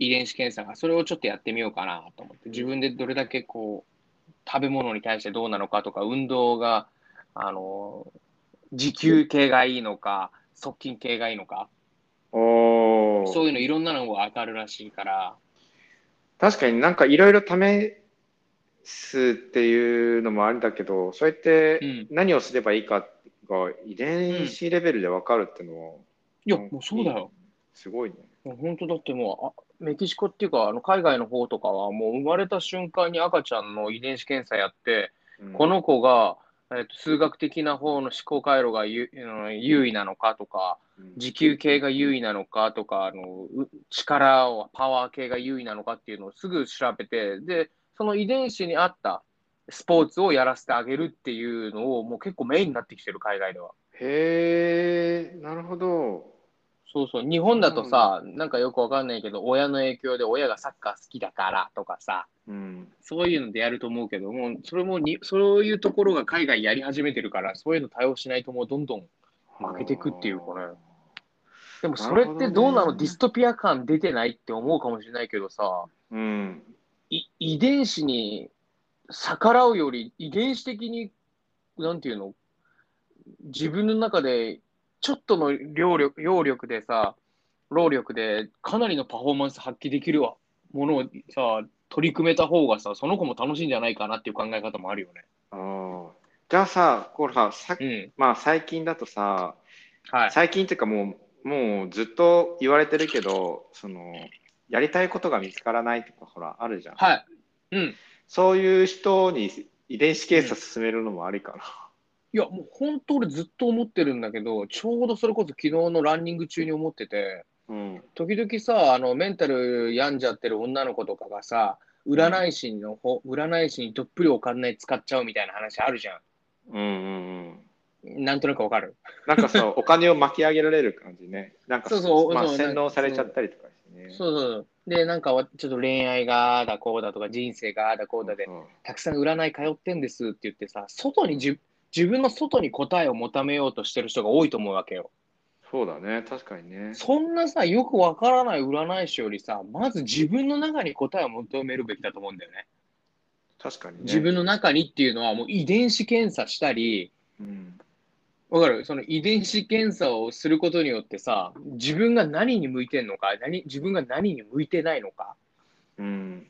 B: 遺伝子検査が、それをちょっとやってみようかなと思って、自分でどれだけこう、食べ物に対してどうなのかとか、運動が、あの、持久系がいいのか、側近系がいいのか、
A: お
B: そ
A: ー
B: ういうのいろんなのがわかるらしいから、
A: 確かになんかいろいろ試すっていうのもあるんだけど、そうやって
B: うん
A: 何をすればいいかが遺伝子レベルで分かるってのは、
B: いや、もうそうだよ。
A: すごいね。
B: もう本当だってもうあ、メキシコっていうか、あの海外の方とかは、もう生まれた瞬間に赤ちゃんの遺伝子検査やって、
A: うん
B: この子が、えーと数学的な方の思考回路がゆあの優位なのかとか持久系が優位なのかとかあのう力をパワー系が優位なのかっていうのをすぐ調べてでその遺伝子に合ったスポーツをやらせてあげるっていうのをもう結構メインになってきてる海外では。
A: へえ、なるほど。
B: そうそう日本だとさ、なんかよくわかんないけど親の影響で親がサッカー好きだからとかさ
A: うん。
B: そういうのでやると思うけども、それもに、そういうところが海外やり始めてるから、そういうの対応しないともうどんどん。負けてくっていうかねでもそれってどう
A: なるほ
B: なの
A: どね
B: ディストピア感出てないって思うかもしれないけどさ、
A: うん。
B: い遺伝子に逆らうより、遺伝子的に、なんていうの、自分の中でちょっとの量力、揚力でさ、労力でかなりのパフォーマンス発揮できるわものをさ、取り組めた方がさ、その子も楽しいんじゃないかなっていう考え方もあるよね。
A: あーじゃあさ、こらさ、
B: うん。
A: まあ最近だとさ、
B: はい。
A: 最近っていうかもう、もうずっと言われてるけど、その、やりたいことが見つからないとか、ほら、あるじゃん。
B: はい。うん。
A: そういう人に遺伝子検査進めるのもありかな。
B: いや、もう本当俺ずっと思ってるんだけど、ちょうどそれこそ昨日のランニング中に思ってて、
A: うん。
B: 時々さ、あの、メンタル病んじゃってる女の子とかがさ、占い師のほ、占い師にどっぷりお金使っちゃうみたいな話あるじゃん。
A: うんうんうん。
B: なんとなくわかる。
A: なんか そう、お金を巻き上げられる感じね。なんか
B: そうそう
A: まあ、
B: そう
A: 洗脳されちゃったりとかしてね。
B: そうそう。で、なんかわちょっと恋愛がああだこうだとか、人生がああだこうだで、
A: うん
B: たくさん占い通ってんですって言ってさ、外にじゅ自分の外に答えを求めようとしてる人が多いと思うわけよ。
A: そうだね、確かにね。
B: そんなさ、よくわからない占い師よりさ、まず自分の中に答えを求めるべきだと思うんだよね。
A: 確かにね。
B: 自分の中にっていうのは、もう遺伝子検査したり、
A: うん、
B: わかるその遺伝子検査をすることによってさ、自分が何に向いてんのか、何自分が何に向いてないのか、
A: うん。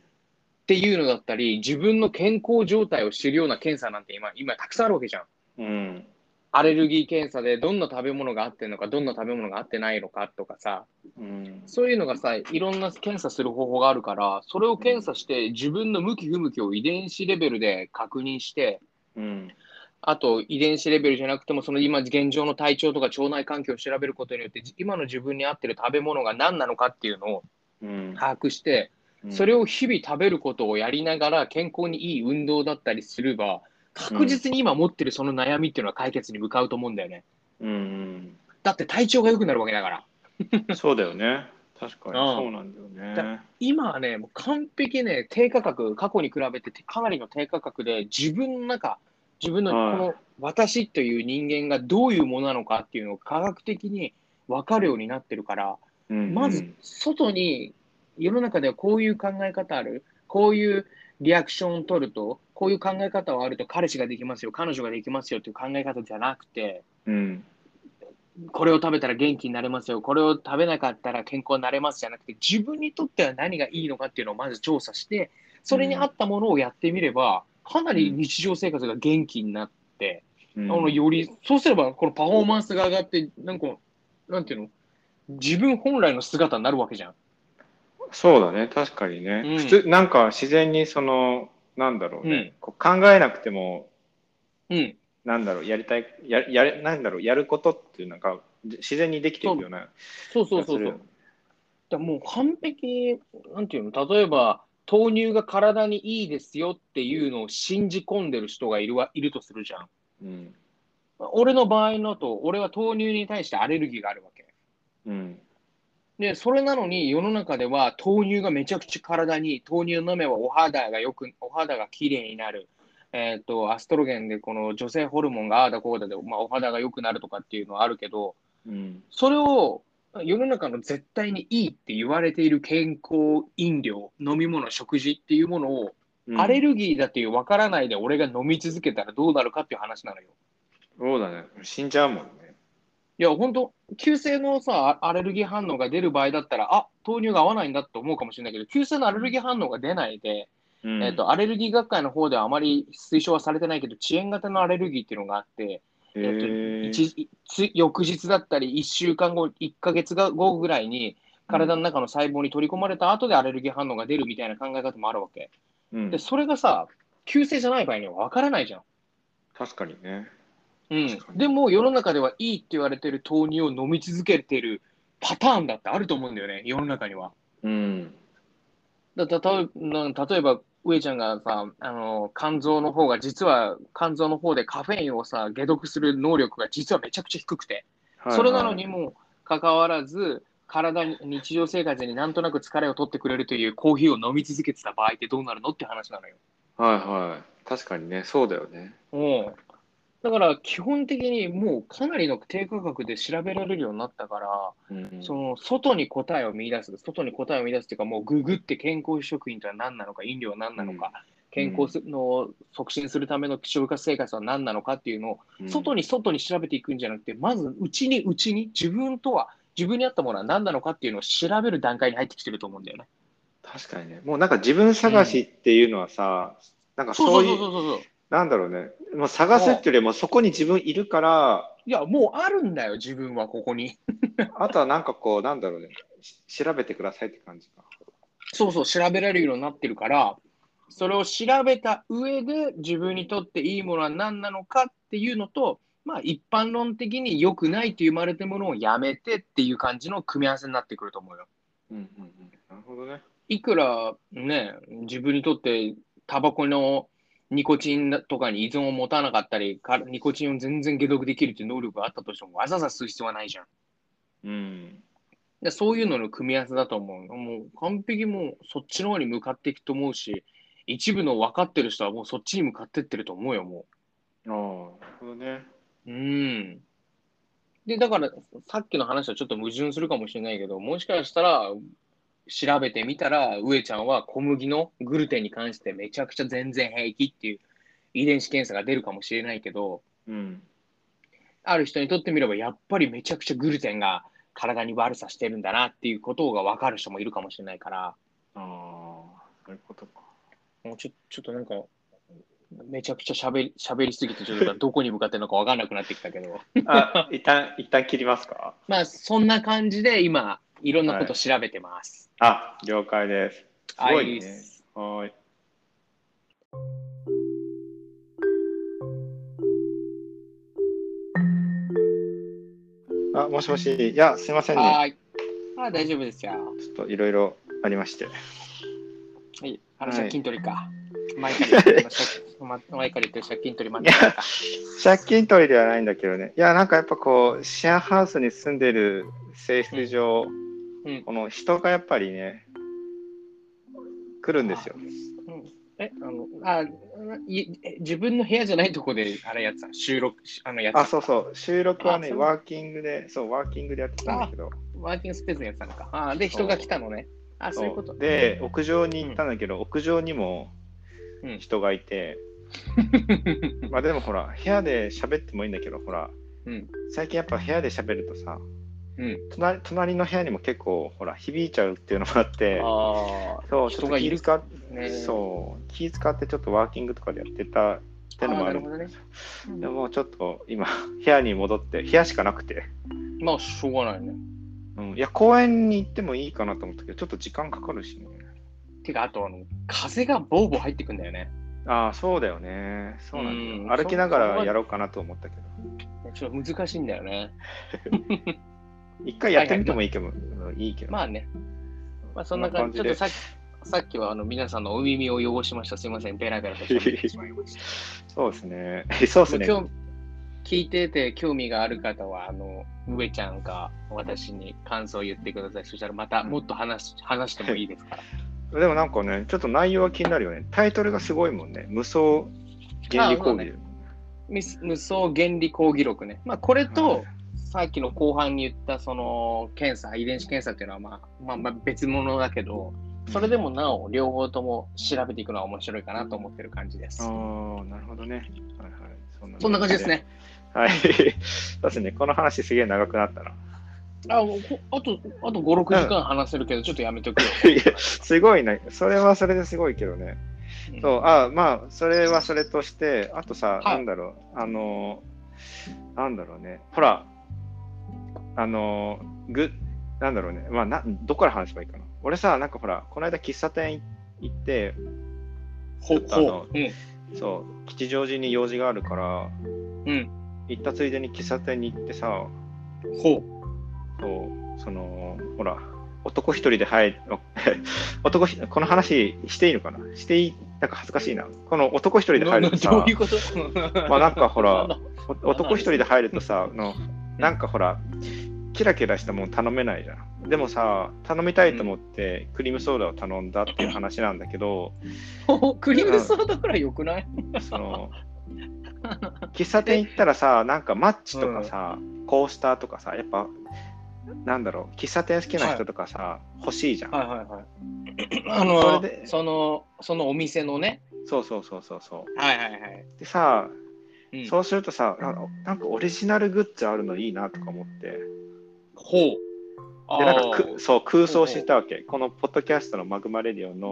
B: っていうのだったり、自分の健康状態を知るような検査なんて今、今たくさんあるわけじゃん。
A: うん。
B: アレルギー検査でどんな食べ物が合ってるのか、どんな食べ物が合ってないのかとかさ、
A: うん。
B: そういうのがさ、いろんな検査する方法があるから、それを検査して、自分の向き不向きを遺伝子レベルで確認して、
A: うん。
B: あと遺伝子レベルじゃなくても、その今現状の体調とか腸内環境を調べることによって、今の自分に合ってる食べ物が何なのかっていうのを
A: うん。
B: 把握して、それを日々食べることをやりながら健康にいい運動だったりすれば確実に今持ってるその悩みっていうのは解決に向かうと思うんだよね。
A: うん。
B: だって体調が良くなるわけだから。
A: うんそうだよね。確かに
B: うん
A: そうなんだよね。
B: 今はね、もう完璧ね、低価格、過去に比べてかなりの低価格で自分の中、自分のこ
A: はい
B: の私という人間がどういうものなのかっていうのを科学的に分かるようになってるから、
A: うん
B: まず外に世の中ではこういう考え方あるこういうリアクションを取るとこういう考え方はあると彼氏ができますよ彼女ができますよという考え方じゃなくて
A: うん。
B: これを食べたら元気になれますよこれを食べなかったら健康になれますじゃなくて自分にとっては何がいいのかっていうのをまず調査してそれに合ったものをやってみればかなり日常生活が元気になって。
A: うん。
B: あのより、そうすれば、このパフォーマンスが上がって、なんか、なんていうの自分本来の姿になるわけじゃん。
A: そうだね、確かにね。
B: うん
A: 普通、なんか自然にその、なんだろうね、
B: うん
A: こう考えなくても、
B: うん。
A: なんだろう、やりたい、ややれなんだろう、やることっていう、なんか、自然にできていくような
B: そう
A: 気
B: そう
A: がす
B: そう
A: る
B: そ
A: よ
B: う。だ
A: ね。
B: からもう完璧、なんていうの例えば、豆乳が体にいいですよっていうのを信じ込んでる人がいるわいるとするじゃん。
A: うん。
B: 俺の場合のと、俺は豆乳に対してアレルギーがあるわけ。
A: うん。
B: で、それなのに世の中では豆乳がめちゃくちゃ体にいい、豆乳を飲めばお肌がよく、お肌が綺麗になる。えっ、と、アストロゲンでこの女性ホルモンがああだこうだで、まあ、お肌が良くなるとかっていうのはあるけど、
A: うん。
B: それを世の中の絶対にいいって言われている健康飲料、飲み物、食事っていうものを、
A: うん
B: アレルギーだっていう分からないで俺が飲み続けたらどうなるかっていう話なのよ。
A: そうだね。死んじゃうもんね。
B: いや、本当急性のさ、アレルギー反応が出る場合だったら、あ豆乳が合わないんだと思うかもしれないけど、急性のアレルギー反応が出ないで、
A: うん
B: えっ、と、アレルギー学会の方ではあまり推奨はされてないけど、遅延型のアレルギーっていうのがあって、
A: え
B: えっと
A: ー
B: 一日つ翌日だったり、1週間後、1ヶ月後ぐらいに、体の中の細胞に取り込まれた後でアレルギー反応が出るみたいな考え方もあるわけ。
A: うん
B: で、それがさ、急性じゃない場合には分からないじゃん。
A: 確かにね。
B: うん
A: 確か、に
B: でも世の中ではいいって言われてる豆乳を飲み続けてるパターンだってあると思うんだよね、世の中には。
A: うん。
B: だたとな例えば、上ちゃんがさあの、肝臓の方が、実は肝臓の方でカフェインをさ、解毒する能力が実はめちゃくちゃ低くて、
A: はいはい
B: それなのにもかかわらず、体に日常生活になんとなく疲れを取ってくれるというコーヒーを飲み続けてた場合ってどうなるのって話なのよ。
A: はいはい。確かにね、そうだよね。
B: うん。だから基本的にもうかなりの低価格で調べられるようになったから、
A: うん
B: その外に答えを見出す、外に答えを見出すっていうか、もうググって健康食品とは何なのか、飲料は何なのか、健康すの促進するための消化生活は何なのかっていうのを、
A: うん
B: 外に外に調べていくんじゃなくて、まずうちにうちに、自分とは、自分に合ったものは何なのかっていうのを調べる段階に入ってきてると思うんだよね。
A: 確かにね。もうなんか自分探しっていうのはさ、なんか
B: そ
A: そうう
B: そ
A: いう
B: そう
A: う、
B: そうそう。
A: なんだろうね。もう探すっていうよりも、そこに自分いる から、
B: いや、もうあるんだよ、自分はここに。
A: あとはなんかこう、なんだろうね。し調べてくださいって感じか。
B: そうそう、調べられるようになってるから、それを調べた上で自分にとっていいものは何なのかっていうのと、まあ一般論的に良くないと言われてるものをやめてっていう感じの組み合わせになってくると思うよ。
A: うんうんうん。なるほどね。
B: いくらね、自分にとってタバコのニコチンとかに依存を持たなかったり、かニコチンを全然解毒できるっていう能力があったとしても、わざわざ吸う必要はないじゃん。
A: うん。
B: でそういうのの組み合わせだと思う。もう完璧もうそっちの方に向かっていくと思うし、一部の分かってる人はもうそっちに向かってってると思うよ、も
A: ああ、なるほどね。
B: う。うん。で、だからさっきの話はちょっと矛盾するかもしれないけど、もしかしたら調べてみたら、上ちゃんは小麦のグルテンに関してめちゃくちゃ全然平気っていう遺伝子検査が出るかもしれないけど、
A: うん。
B: ある人にとってみればやっぱりめちゃくちゃグルテンが体に悪さしてるんだなっていうことが分かる人もいるかもしれないから、
A: ああ、そういうこと か。
B: もうちょちょっとなんか、めちゃくちゃしゃべりしゃべりすぎて、ちょっとどこに向かってるのか分かんなくなってきたけ ど、
A: あ、一旦、一旦切りますか
B: まあそんな感じで今、いろんなこと調べてます。
A: あ、了解です。すごい
B: は
A: ね
B: い。
A: はーい。あ、もしもし。いや、すいませんね。
B: はーい。あ大丈夫ですよ。
A: ちょっといろいろありまして。
B: はい。話は
A: はい
B: 筋トレか。前から言ってました。ま前から言ってました筋トレまでか。
A: 借金取りではないんだけどね。いや、なんかやっぱこう、シェアハウスに住んでる性質上、
B: うんうん
A: この人がやっぱりね、来るんですよ。
B: うんえ、あの、あいえ自分の部屋じゃないとこで、あれやってた、収録、あの、やって
A: あ、
B: た。
A: そうそう。収録はね、
B: あそう
A: ワーキングで、そう、ワーキングでやってたんだけど。
B: ワーキングスペースのやつなのか。あで、人が来たのね。あ、そういうこと。
A: で、屋上に行ったんだけど、屋上にも
B: うん
A: 人がいて、まあでもほら、部屋で喋ってもいいんだけど、ほら、
B: うん。
A: 最近やっぱ部屋で喋るとさ、
B: うん。
A: 隣隣の部屋にも結構、ほら、響いちゃうっていうのもあって、
B: ああ、
A: そう、ちょ
B: 人
A: っと
B: がい
A: 気
B: る
A: 使っ
B: ね。
A: そう気使ってちょっとワーキングとかでやってたってのもある
B: あーなるほどね
A: でもちょっと今部屋に戻って部屋しかなくて、
B: まあ、しょうがないね。
A: うん、いや公園に行ってもいいかなと思ったけどちょっと時間かかるしね
B: てか、あと、あの、風がボーボー入ってくんだよね。
A: ああそうだよねそうなんだよ、
B: うん
A: 歩きながらやろうかなと思ったけど
B: ちょっと難しいんだよね。
A: 一回やってみてもいいけど、うんいいけど、
B: まあね。まあ、そんな感じ。
A: こん
B: ちょ
A: な感じで
B: っとさっき、さっきは、あの、皆さんのお耳を汚しました。すいません。ペラペラと喋ってしまいました。
A: そうですね そうです
B: も
A: ね
B: う今日聞いてて興味がある方は、あの、上ちゃんか私に感想を言ってください。そしたらまたもっと話,、話してもいいですから。
A: でもなんかねちょっと内容は気になるよねタイトルがすごいもんね無双原理講義、
B: ミス無双原理講義録ね。まあ、これと、
A: はい
B: さっきの後半に言ったその検査遺伝子検査っていうのは、まあ、まあまあ別物だけどそれでもなお両方とも調べていくのは面白いかなと思ってる感じです。
A: ああなるほどねはいはいそんな
B: そんな感じですね。
A: はい。 そうですね。この話すげえ長くなったな。
B: あこあとあと56時間話せるけどちょっとやめとくよ。
A: いやすごいね。それはそれですごいけどね。
B: うん
A: そう、あまあ、それはそれとして、あとさ、
B: い
A: なんだろう、あのー、なんだろうね。ほら、あのー、ぐ、なんだろうね。まあ、などこから話せばいいかな。俺さ、なんかほら、この間喫茶店行って、
B: ほ
A: ちょっとあの
B: ほうん
A: そう、吉祥寺に用事があるから、
B: うん
A: 行ったついでに喫茶店に行ってさ、
B: ほ
A: そう、その、ほら、男一人で入る、 男ひ、この話していいのかなしていい、なんか恥ずかしいな。この男一人で入ると
B: ど
A: さ
B: うい、うこと
A: まあなんかほ
B: なんだ
A: ら、お男一人で入るとさ、あのなんかほら、キラキラしたもん頼めないじゃん。でもさ、頼みたいと思って、クリームソーダを頼んだっていう話なんだけ ど、
B: ほクリームソーダくらいよくない
A: その、喫茶店行ったらさ、なんかマッチとかさ、コースターとかさ、やっぱ、なんだろう、喫茶店好きな人とかさ、欲しいじゃん。
B: はいはいはい。あ
A: そ
B: の
A: れで
B: そのそのお店のね。
A: そうそうそうそうそ
B: はいはいはい。
A: う。でさ、
B: うん
A: そうするとさ、ななんかオリジナルグッズあるのいいなとか思って、で
B: ほう。あ
A: なんか
B: ー
A: くそう空想してたわけ。このポッドキャストのマグマレディオの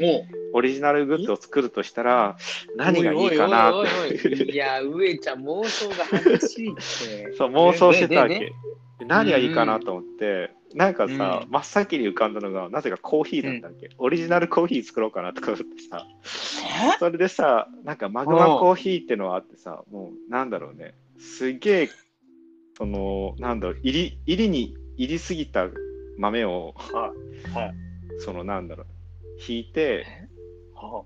B: も
A: オリジナルグッズを作るとしたら、
B: う
A: 何がいいかな
B: おいおい
A: っ
B: おいおいい
A: て。
B: や、上ちゃん、妄想が激しいって
A: 。そう、妄想してたわけ。
B: でで
A: で何がいいかなと思って、なんかさ、
B: う
A: 真っ先に浮かんだのがなぜかコーヒーだったっけ、オリジナルコーヒー作ろうかなとか思ってさそれでさなんかマグマコーヒーってのはあってさもうなんだろうねすげえそのなんだろう入り入りに入りすぎた豆を
B: はいはい
A: そのなんだろう引いて
B: は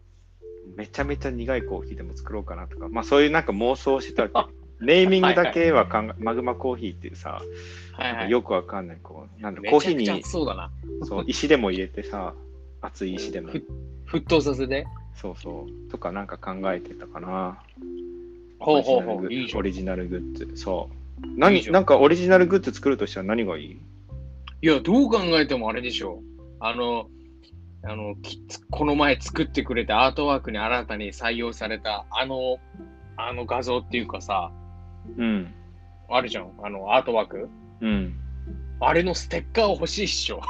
A: めちゃめちゃ苦いコーヒーでも作ろうかなとかまあそういうなんか妄想してた わけネーミングだけは考えマグマコーヒーっていうさ
B: あはいはい
A: よくわかんないこうなんだろうコー
B: め
A: ヒ
B: ち
A: ー
B: ゃくちゃ
A: に
B: 熱そうだな。
A: そう石でも入れてさ熱い石でも
B: ふ沸騰させて。
A: そうそうとかなんか考えてたかな
B: ほうほうほ
A: オ
B: う。いい
A: リジナルグッ
B: じ
A: ズ
B: ゃ
A: オ
B: ん。い
A: リジナルグッズそう
B: いい
A: 何
B: じゃん
A: なんかオリジナルグッズ作るとしたら何がいい
B: や、どう考えてもあれでしょう。あの、あの、きこの前作ってくれたアートワークに新たに採用された、あの、あの画像っていうかさ、
A: うん
B: あるじゃん。あの、アートワーク。
A: うん
B: あれのステッカー欲しいっしょ。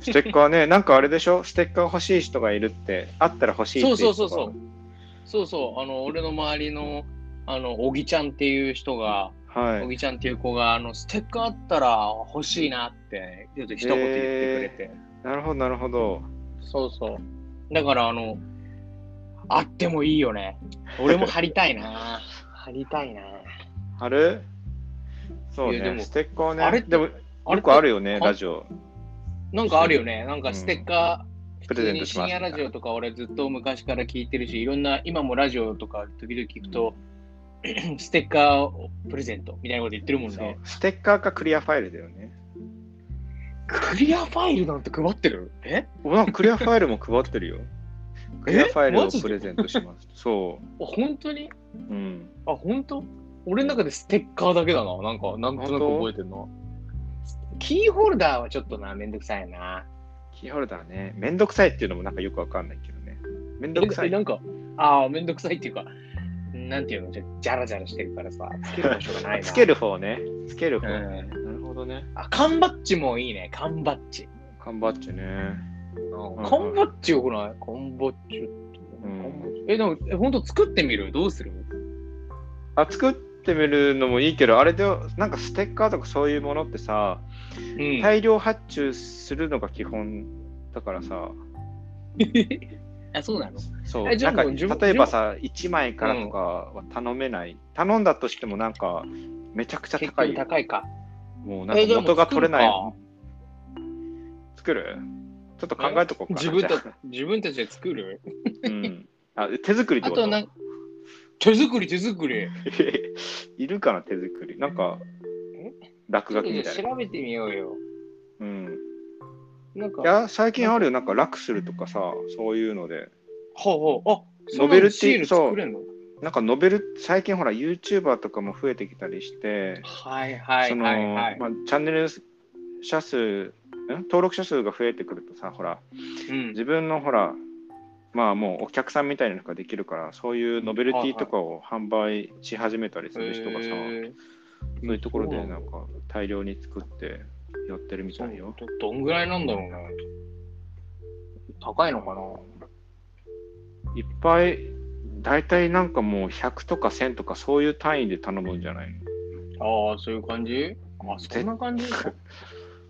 A: ステッカーねなんかあれでしょステッカー欲しい人がいるってあったら欲しいってい
B: そう
A: 人
B: そ
A: が
B: うそうそう。そうそう。あの、俺の周りの、あの、小木ちゃんっていう人が、
A: はい
B: 小木ちゃんっていう子が、あの、ステッカーあったら欲しいなって、ちょっと一言言ってくれて。
A: なるほどなるほど
B: そうそう。だから、あの、あってもいいよね。俺も貼りたい な。貼りたいな。
A: あるそう
B: いやでも
A: ねステッカーね
B: あれって
A: でも
B: あれ
A: よくあるよね
B: か
A: ラジオ
B: なんかあるよね。なんかステッカー、
A: プレゼント
B: 普
A: し
B: 通
A: ま
B: に深
A: す
B: 夜ラジオとか俺ずっと昔から聞いてるし、いろんな、今もラジオとか時々聞くと、 ステッカーをプレゼントみたいなこと言ってるもん
A: そう
B: ね。
A: ステッカーかクリアファイルだよね
B: クリアファイルなんて配ってるえ
A: おなんかクリアファイルも配ってるよクリアファイル
B: マ
A: を
B: ジで
A: プレゼントしますそ
B: あ本当に
A: ううん
B: あ、本当俺の中でステッカーだけだな。なんか、なんとなく覚えてるな。キーホルダーはちょっとな、めんどくさいな。
A: キーホルダーねめんどくさいっていうのもなんかよくわかんないけどねめんどくさ
B: え
A: い
B: なんか、ああ、めんどくさいっていうか、なんていうの、じゃじゃらじゃらしてるからさ、つける場所がないな。
A: つけ
B: る。
A: る方ねつける
B: う
A: 方、
B: ん。
A: なるほどね
B: あ、缶バッジもいいね、缶バッジ。
A: 缶バッジねん
B: 缶バッジよくない缶バッジって。
A: うん
B: 缶バッジえ、でも、えほんと作ってみるどうする
A: あ作ってみるのもいいけどあれでなんかステッカーとかそういうものってさ
B: うん。
A: 大量発注するのが基本だからさ、
B: あ、そうなの
A: そう
B: えじゃ
A: なんか
B: あもう自分
A: 例えばさ1枚からとかは頼めない、頼んだとしてもなんかめちゃくちゃ
B: 結
A: 高
B: 構
A: いよ
B: 高いか。
A: もうなんか
B: えじゃあもう
A: 元が取れない
B: 作
A: 作るちょっと考えとこうかな
B: 自分
A: じゃ
B: た自分たちで作る
A: あうん、あ手作りって
B: あ
A: こと
B: となん手作り手作り。
A: いるかな手作りなんか
B: え
A: 落
B: ち
A: 書
B: ょっと
A: き
B: じ
A: み
B: ゃ
A: た
B: あ
A: いな、
B: 調べてみようよ。
A: うん、
B: なんか
A: い、や最近あるよなんか楽するとかさそういうので
B: ほうほう。あ、そ
A: ノ
B: の
A: ベルティ
B: シール作れんの
A: なんかノベル最近ほら YouTuber とかも増えてきたりして
B: はいは
A: そ
B: い
A: の
B: はいはい。
A: まあ、チャンネル者数ん登録者数が増えてくるとさほら
B: うん
A: 自分のほらまあもうお客さんみたいなのができるからそういうノベルティとかを販売し始めたりする人がさ、
B: えー
A: そういうところ
B: そ
A: で
B: うな
A: なん
B: だ
A: んか大量に作ってやってるみたいよ。
B: どどんぐらいなんだろうね。高いのか
A: いっぱい大体なんかもう100とか1000とかそういう単位で頼むんじゃないの
B: なああ、そういう感じあ、そんな感じ
A: 絶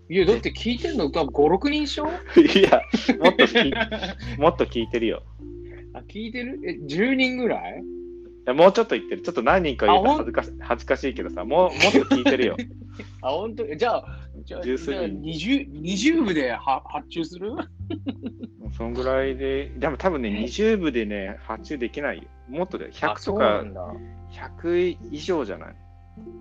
B: いや、だって聞いてんの多分5、6人称
A: いやもっと聞い
B: あ、
A: もっと聞いてるよ。
B: 聞いてるえ、10人ぐらい
A: いやもうちょっと言ってる。ちょっと何人か言うと
B: あ
A: 恥ずかし恥ずかしいけどさ、もうもっと聞いてるよ。
B: あ、本当じゃあ、じゃあ、じ
A: 十
B: ゃあ
A: 数人
B: 20, 20部では発注 する
A: もうそんぐらいで、でも多分ね、20部でね、発注できないよ。もっとで、
B: あ
A: 100
B: そ
A: と
B: うな
A: か
B: んだ。
A: 100以上じゃない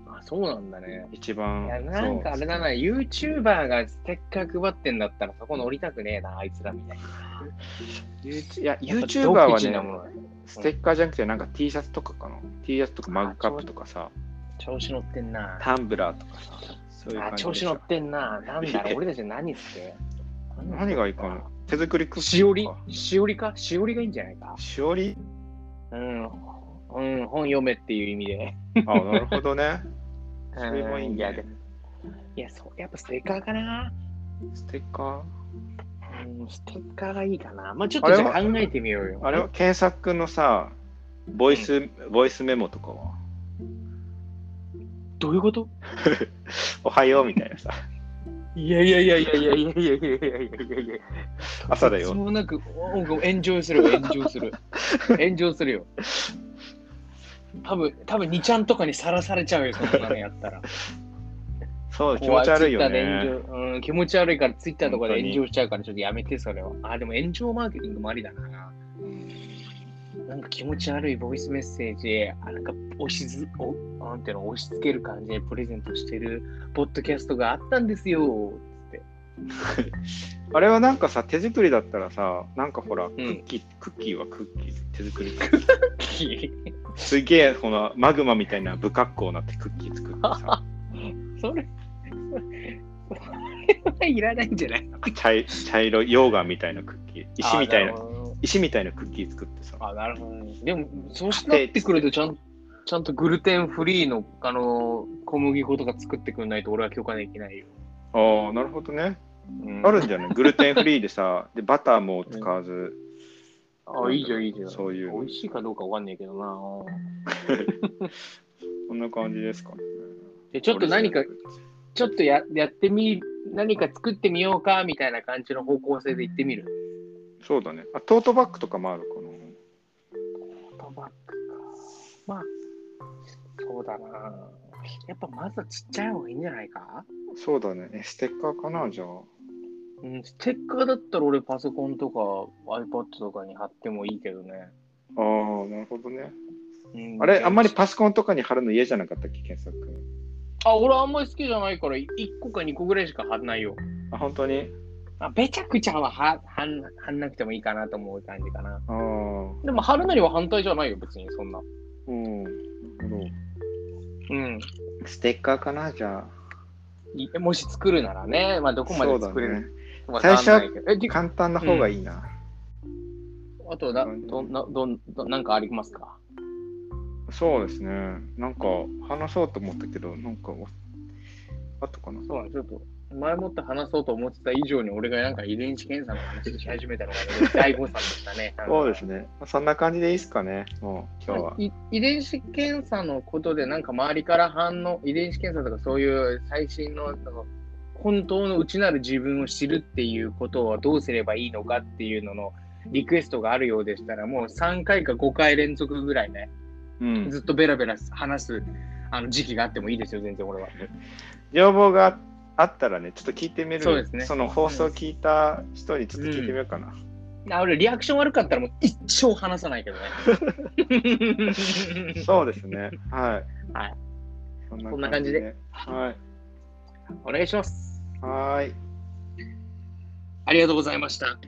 B: あ、そうなんだね。
A: 一番
B: いや、。なんかあ
A: そう
B: れだな、YouTuber がステッカー配ってんだったら、そこ乗りたくねえな、あいつらみたいな。
A: いや、
B: やっぱ
A: YouTuber は
B: 独自なも
A: ね、
B: のだ
A: ステッカーじゃなくて、なんか T シャツとかかな。T シャツとかマグカップとかさ、
B: 調子乗ってんな。
A: タンブラーとかさ、そういう
B: あ、
A: 感じ
B: 調
A: で
B: 子
A: し
B: 乗
A: ょ
B: っ。てんな。なんだろう、俺たち何っけ
A: 何がいいかな手作りクッキ
B: し
A: ー
B: お
A: と
B: り
A: か
B: しおりかしおりがいいんじゃないか
A: しお り
B: うん。うん、本読めっていう意味で。
A: あ、なるほどね。それもいい
B: うんいや、
A: ね
B: で。いやそう、やっぱステッカーかな。
A: ステッカ
B: うん、ステッカーがいいかな。まあちょっ
A: あ
B: と
A: れ
B: じ
A: は
B: ゃあ考えてみようよ。
A: ーあれは検索のさ、ボイス、ボイスメモとかは
B: どういうこと
A: おはようみたいなさ。
B: いやいやいやいやいやいやいやいやいやいやいや。
A: 朝だよ
B: そうなく、おお炎上するよ、炎上する。炎上するよ。多分多分2ちゃんとかにさらされちゃうよ、そんなのやったら。
A: そう気持ち悪いよ
B: ツイッターで
A: ね。
B: 炎上うん、気持ち悪いから、ツイッターとかで
A: 本当に
B: 炎上しちゃうから、ちょっとやめて、それは。あ、でも炎上マーケティングもありだな。なんか気持ち悪いボイスメッセージで、あなんか押しずおなんていうの押し付ける感じでプレゼントしてるポッドキャストがあったんで すよ。
A: あれはなんかさ手作りだったらさなんかほら、クッキークッキーはクッキー手作りすげえこのマグマみたいな不格好なってクッキー作って さ
B: それ、それはいらないんじゃ ない
A: なんか茶い茶色い溶岩みたいなクッキー石みたいな
B: あるほど
A: 石みたいなクッキー作ってさ
B: あ、なるほど。でも、そうなってくると、ちゃんちゃんとグルテンフリーの、あのー小麦粉とか作ってくんないと俺は許可できないよ。
A: ああなるほどね
B: うん
A: あるんじゃないグルテンフリーでさでバターも使わず、
B: あ、いいじゃん、いいじゃん。
A: そういう
B: 美味しいかどうかわかんないけどな。
A: こんな感じですかね
B: でちょっと何か、ちょっとややってみ、何か作ってみようかみたいな感じの方向性で行ってみる。
A: そうだねあトートバッグとかもあるかな
B: トバックか。まあ、そうだな。やっぱまずはちっちゃい方がいいんじゃないか
A: そうだねえステッカーかなじゃあ
B: うん、ステッカーだったら俺パソコンとか iPad とかに貼ってもいいけどね。
A: ああなるほどね
B: うん
A: あれあんまりパソコンとかに貼るの嫌じゃなかったっけ検索
B: あ、俺あんまり好きじゃないから1個か2個ぐらいしか貼んないよ。
A: あ本当に
B: あ、べちゃくちゃは貼貼ん貼んなくてもいいかなと思う感じかな。
A: ああ
B: でも貼るのには反対じゃないよ、別にそんな。
A: うんなるほど
B: うん。
A: ステッカーかなじゃあ
B: いもし作るならね、まあどこまで作れ
A: そうだね
B: るかわかんないけど。え、てか
A: 簡単な方がいいな、
B: あとな、どんな、どん、どんなんかありますか
A: そうですねなんか話そうと思ったけどなんかあとかな
B: そうなんですちょっと、前もって話そうと思ってた以上に、俺がなんか遺伝子検査の話し始めたのが、大誤算でしたね。
A: そうです
B: ね。
A: ねそんな感じでいいですかねもう今日はい
B: 遺伝子検査のことで、なんか周りから反応、遺伝子検査とかそういう最新の、なんか本当の内なる自分を知るっていうことはどうすればいいのかっていうののリクエストがあるようでしたら、もう3回か5回連続ぐらいね、
A: うん
B: ずっとベラベラ話すあの時期があってもいいですよ、全然俺は。
A: 要望があったらね、ちょっと聞いてみる。
B: そうですね
A: の放送聞いた人にちょっと聞いてみようかな。
B: あ俺、リアクション悪かったらもう一生話さないけど ね。
A: そうですね。はい。
B: はい。
A: そん
B: そんな感じで。
A: はい。
B: お願いします。
A: はーい。
B: ありがとうございました。
A: はーい。